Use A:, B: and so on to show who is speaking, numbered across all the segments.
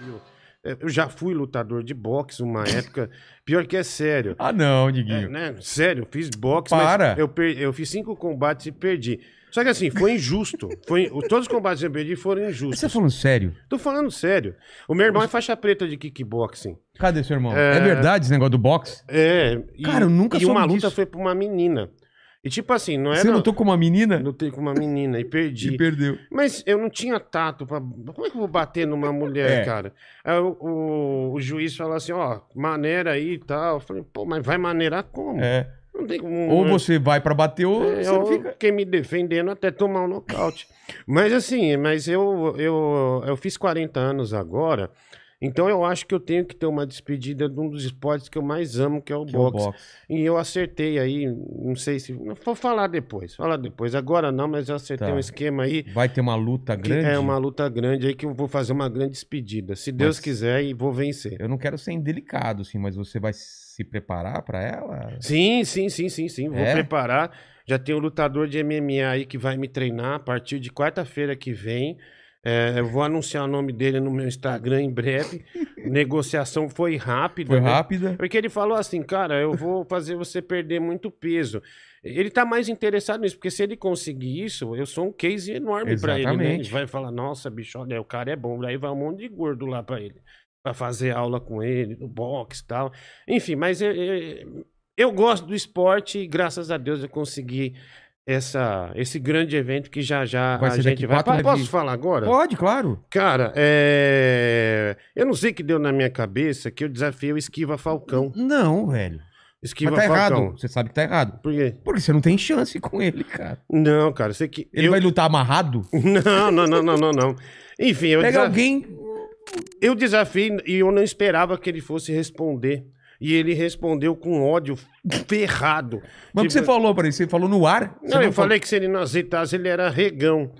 A: desafio. É, Eu já fui lutador de boxe uma época. Pior que é sério.
B: Ah, não,
A: É,
B: Diguinho.
A: né? Sério, eu fiz boxe,
B: Para.
A: mas eu, per- eu fiz cinco combates e perdi. Só que assim, foi injusto. Foi... o- Todos os combates que eu perdi foram
B: Mas Você tá
A: injustos.
B: falando sério?
A: Tô falando sério. O meu irmão é faixa preta de kickboxing.
B: Cadê seu irmão? É, verdade esse negócio do boxe?
A: É. E,
B: Cara, eu nunca
A: E uma
B: soube
A: luta
B: disso.
A: foi pra uma menina. E tipo assim, não era...
B: Você lutou com uma menina
A: Lutei com uma menina e perdi.
B: e perdeu.
A: Mas eu não tinha tato pra. Como é que eu vou bater numa mulher,
B: É.
A: cara? Aí o, o- o juiz falou assim, ó, maneira aí e tal. Eu falei, pô, mas vai maneirar como?
B: É.
A: Não tem como. né?
B: Ou você vai pra bater ou
A: É,
B: você não
A: eu
B: fica.
A: fiquei me defendendo até tomar um nocaute. mas assim, mas eu, eu, eu fiz 40 anos agora, então eu acho que eu tenho que ter uma despedida de um dos esportes que eu mais amo, que é o
B: Que é o
A: boxe. E eu acertei aí, não sei se. Vou falar depois, falar depois. Agora não, mas eu acertei
B: Tá.
A: um esquema aí.
B: Vai ter uma luta
A: Que
B: grande.
A: É uma luta grande aí que eu vou fazer uma grande despedida. Se Deus
B: Mas-
A: quiser, e vou vencer.
B: Eu não quero ser indelicado, assim, mas você vai se preparar pra ela?
A: Sim, sim, sim, sim, sim. Vou
B: É?
A: preparar. Já tem um lutador de MMA aí que vai me treinar a partir de quarta-feira que vem. É, eu vou anunciar o nome dele no meu Instagram em breve. Negociação foi rápida.
B: Foi
A: né?
B: rápida?
A: Porque ele falou assim, cara, eu vou fazer você perder muito peso. Ele tá mais interessado nisso, porque se ele conseguir isso, eu sou um case enorme pra ele, né? Ele
B: Exatamente.
A: vai falar, nossa, bicho, olha, o cara é bom. Daí vai um monte de gordo lá pra ele, pra fazer aula com ele, no boxe e tal. Enfim, mas eu, eu, eu gosto do esporte e graças a Deus eu consegui essa, esse grande evento que já já
B: Vai
A: a
B: ser
A: gente
B: daqui
A: vai...
B: quatro
A: Pa- Posso
B: revistas.
A: falar agora?
B: Pode, claro.
A: Cara, é... eu não sei o que deu na minha cabeça que eu desafio o Esquiva Falcão.
B: Não, velho.
A: Esquiva
B: mas tá
A: Falcão.
B: errado. Você sabe que tá errado.
A: Por quê?
B: Porque você não tem chance com ele, cara.
A: Não, cara, sei que.
B: Ele
A: eu...
B: vai lutar amarrado?
A: Não, não, não, não, não, não. Enfim, eu,
B: Pega
A: desa-
B: alguém.
A: eu desafiei e eu não esperava que ele fosse responder. E ele respondeu com ódio ferrado. Tipo,
B: Mas o que você falou pra ele? Você falou no ar? Você
A: Não, eu
B: falou-
A: falei que se ele não aceitasse, ele era regão.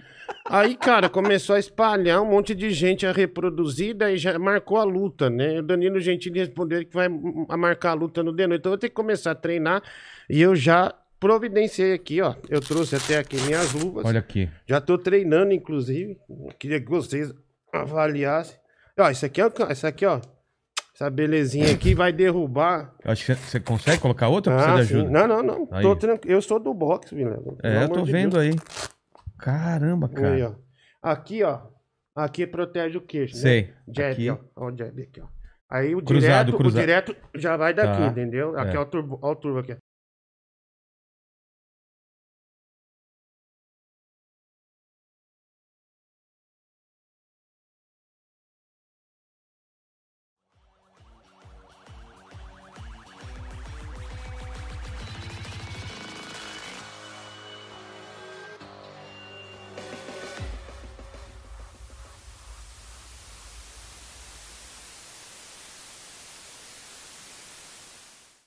A: Aí, cara, começou a espalhar um monte de gente a reproduzir, daí já marcou a luta, né? O Danilo Gentili respondeu que vai hum, a marcar a luta no de noite. Então eu vou ter que começar a treinar. E eu já providenciei aqui, ó. Eu trouxe até aqui minhas luvas.
B: Olha aqui.
A: Já tô treinando, inclusive. Queria que vocês avaliassem. Ó, isso aqui, é o ca- isso aqui, ó. Essa belezinha aqui vai derrubar.
B: Eu acho que você consegue colocar outra ou
A: Ah,
B: precisa Tá de
A: sim.
B: ajuda?
A: Não, não, não.
B: Aí.
A: Tô tranquilo. Eu sou do boxe, Vilela.
B: É, eu tô vendo aí. Caramba, cara.
A: Aí, ó. Aqui, ó. Aqui protege o queixo, né?
B: Sei.
A: Jab,
B: Aqui.
A: ó. Ó o jab aqui, ó. Aí o
B: Cruzado,
A: direto,
B: cruzado.
A: o direto já vai daqui,
B: Tá.
A: entendeu? Aqui,
B: É.
A: ó, o turbo, ó o turbo aqui. ó.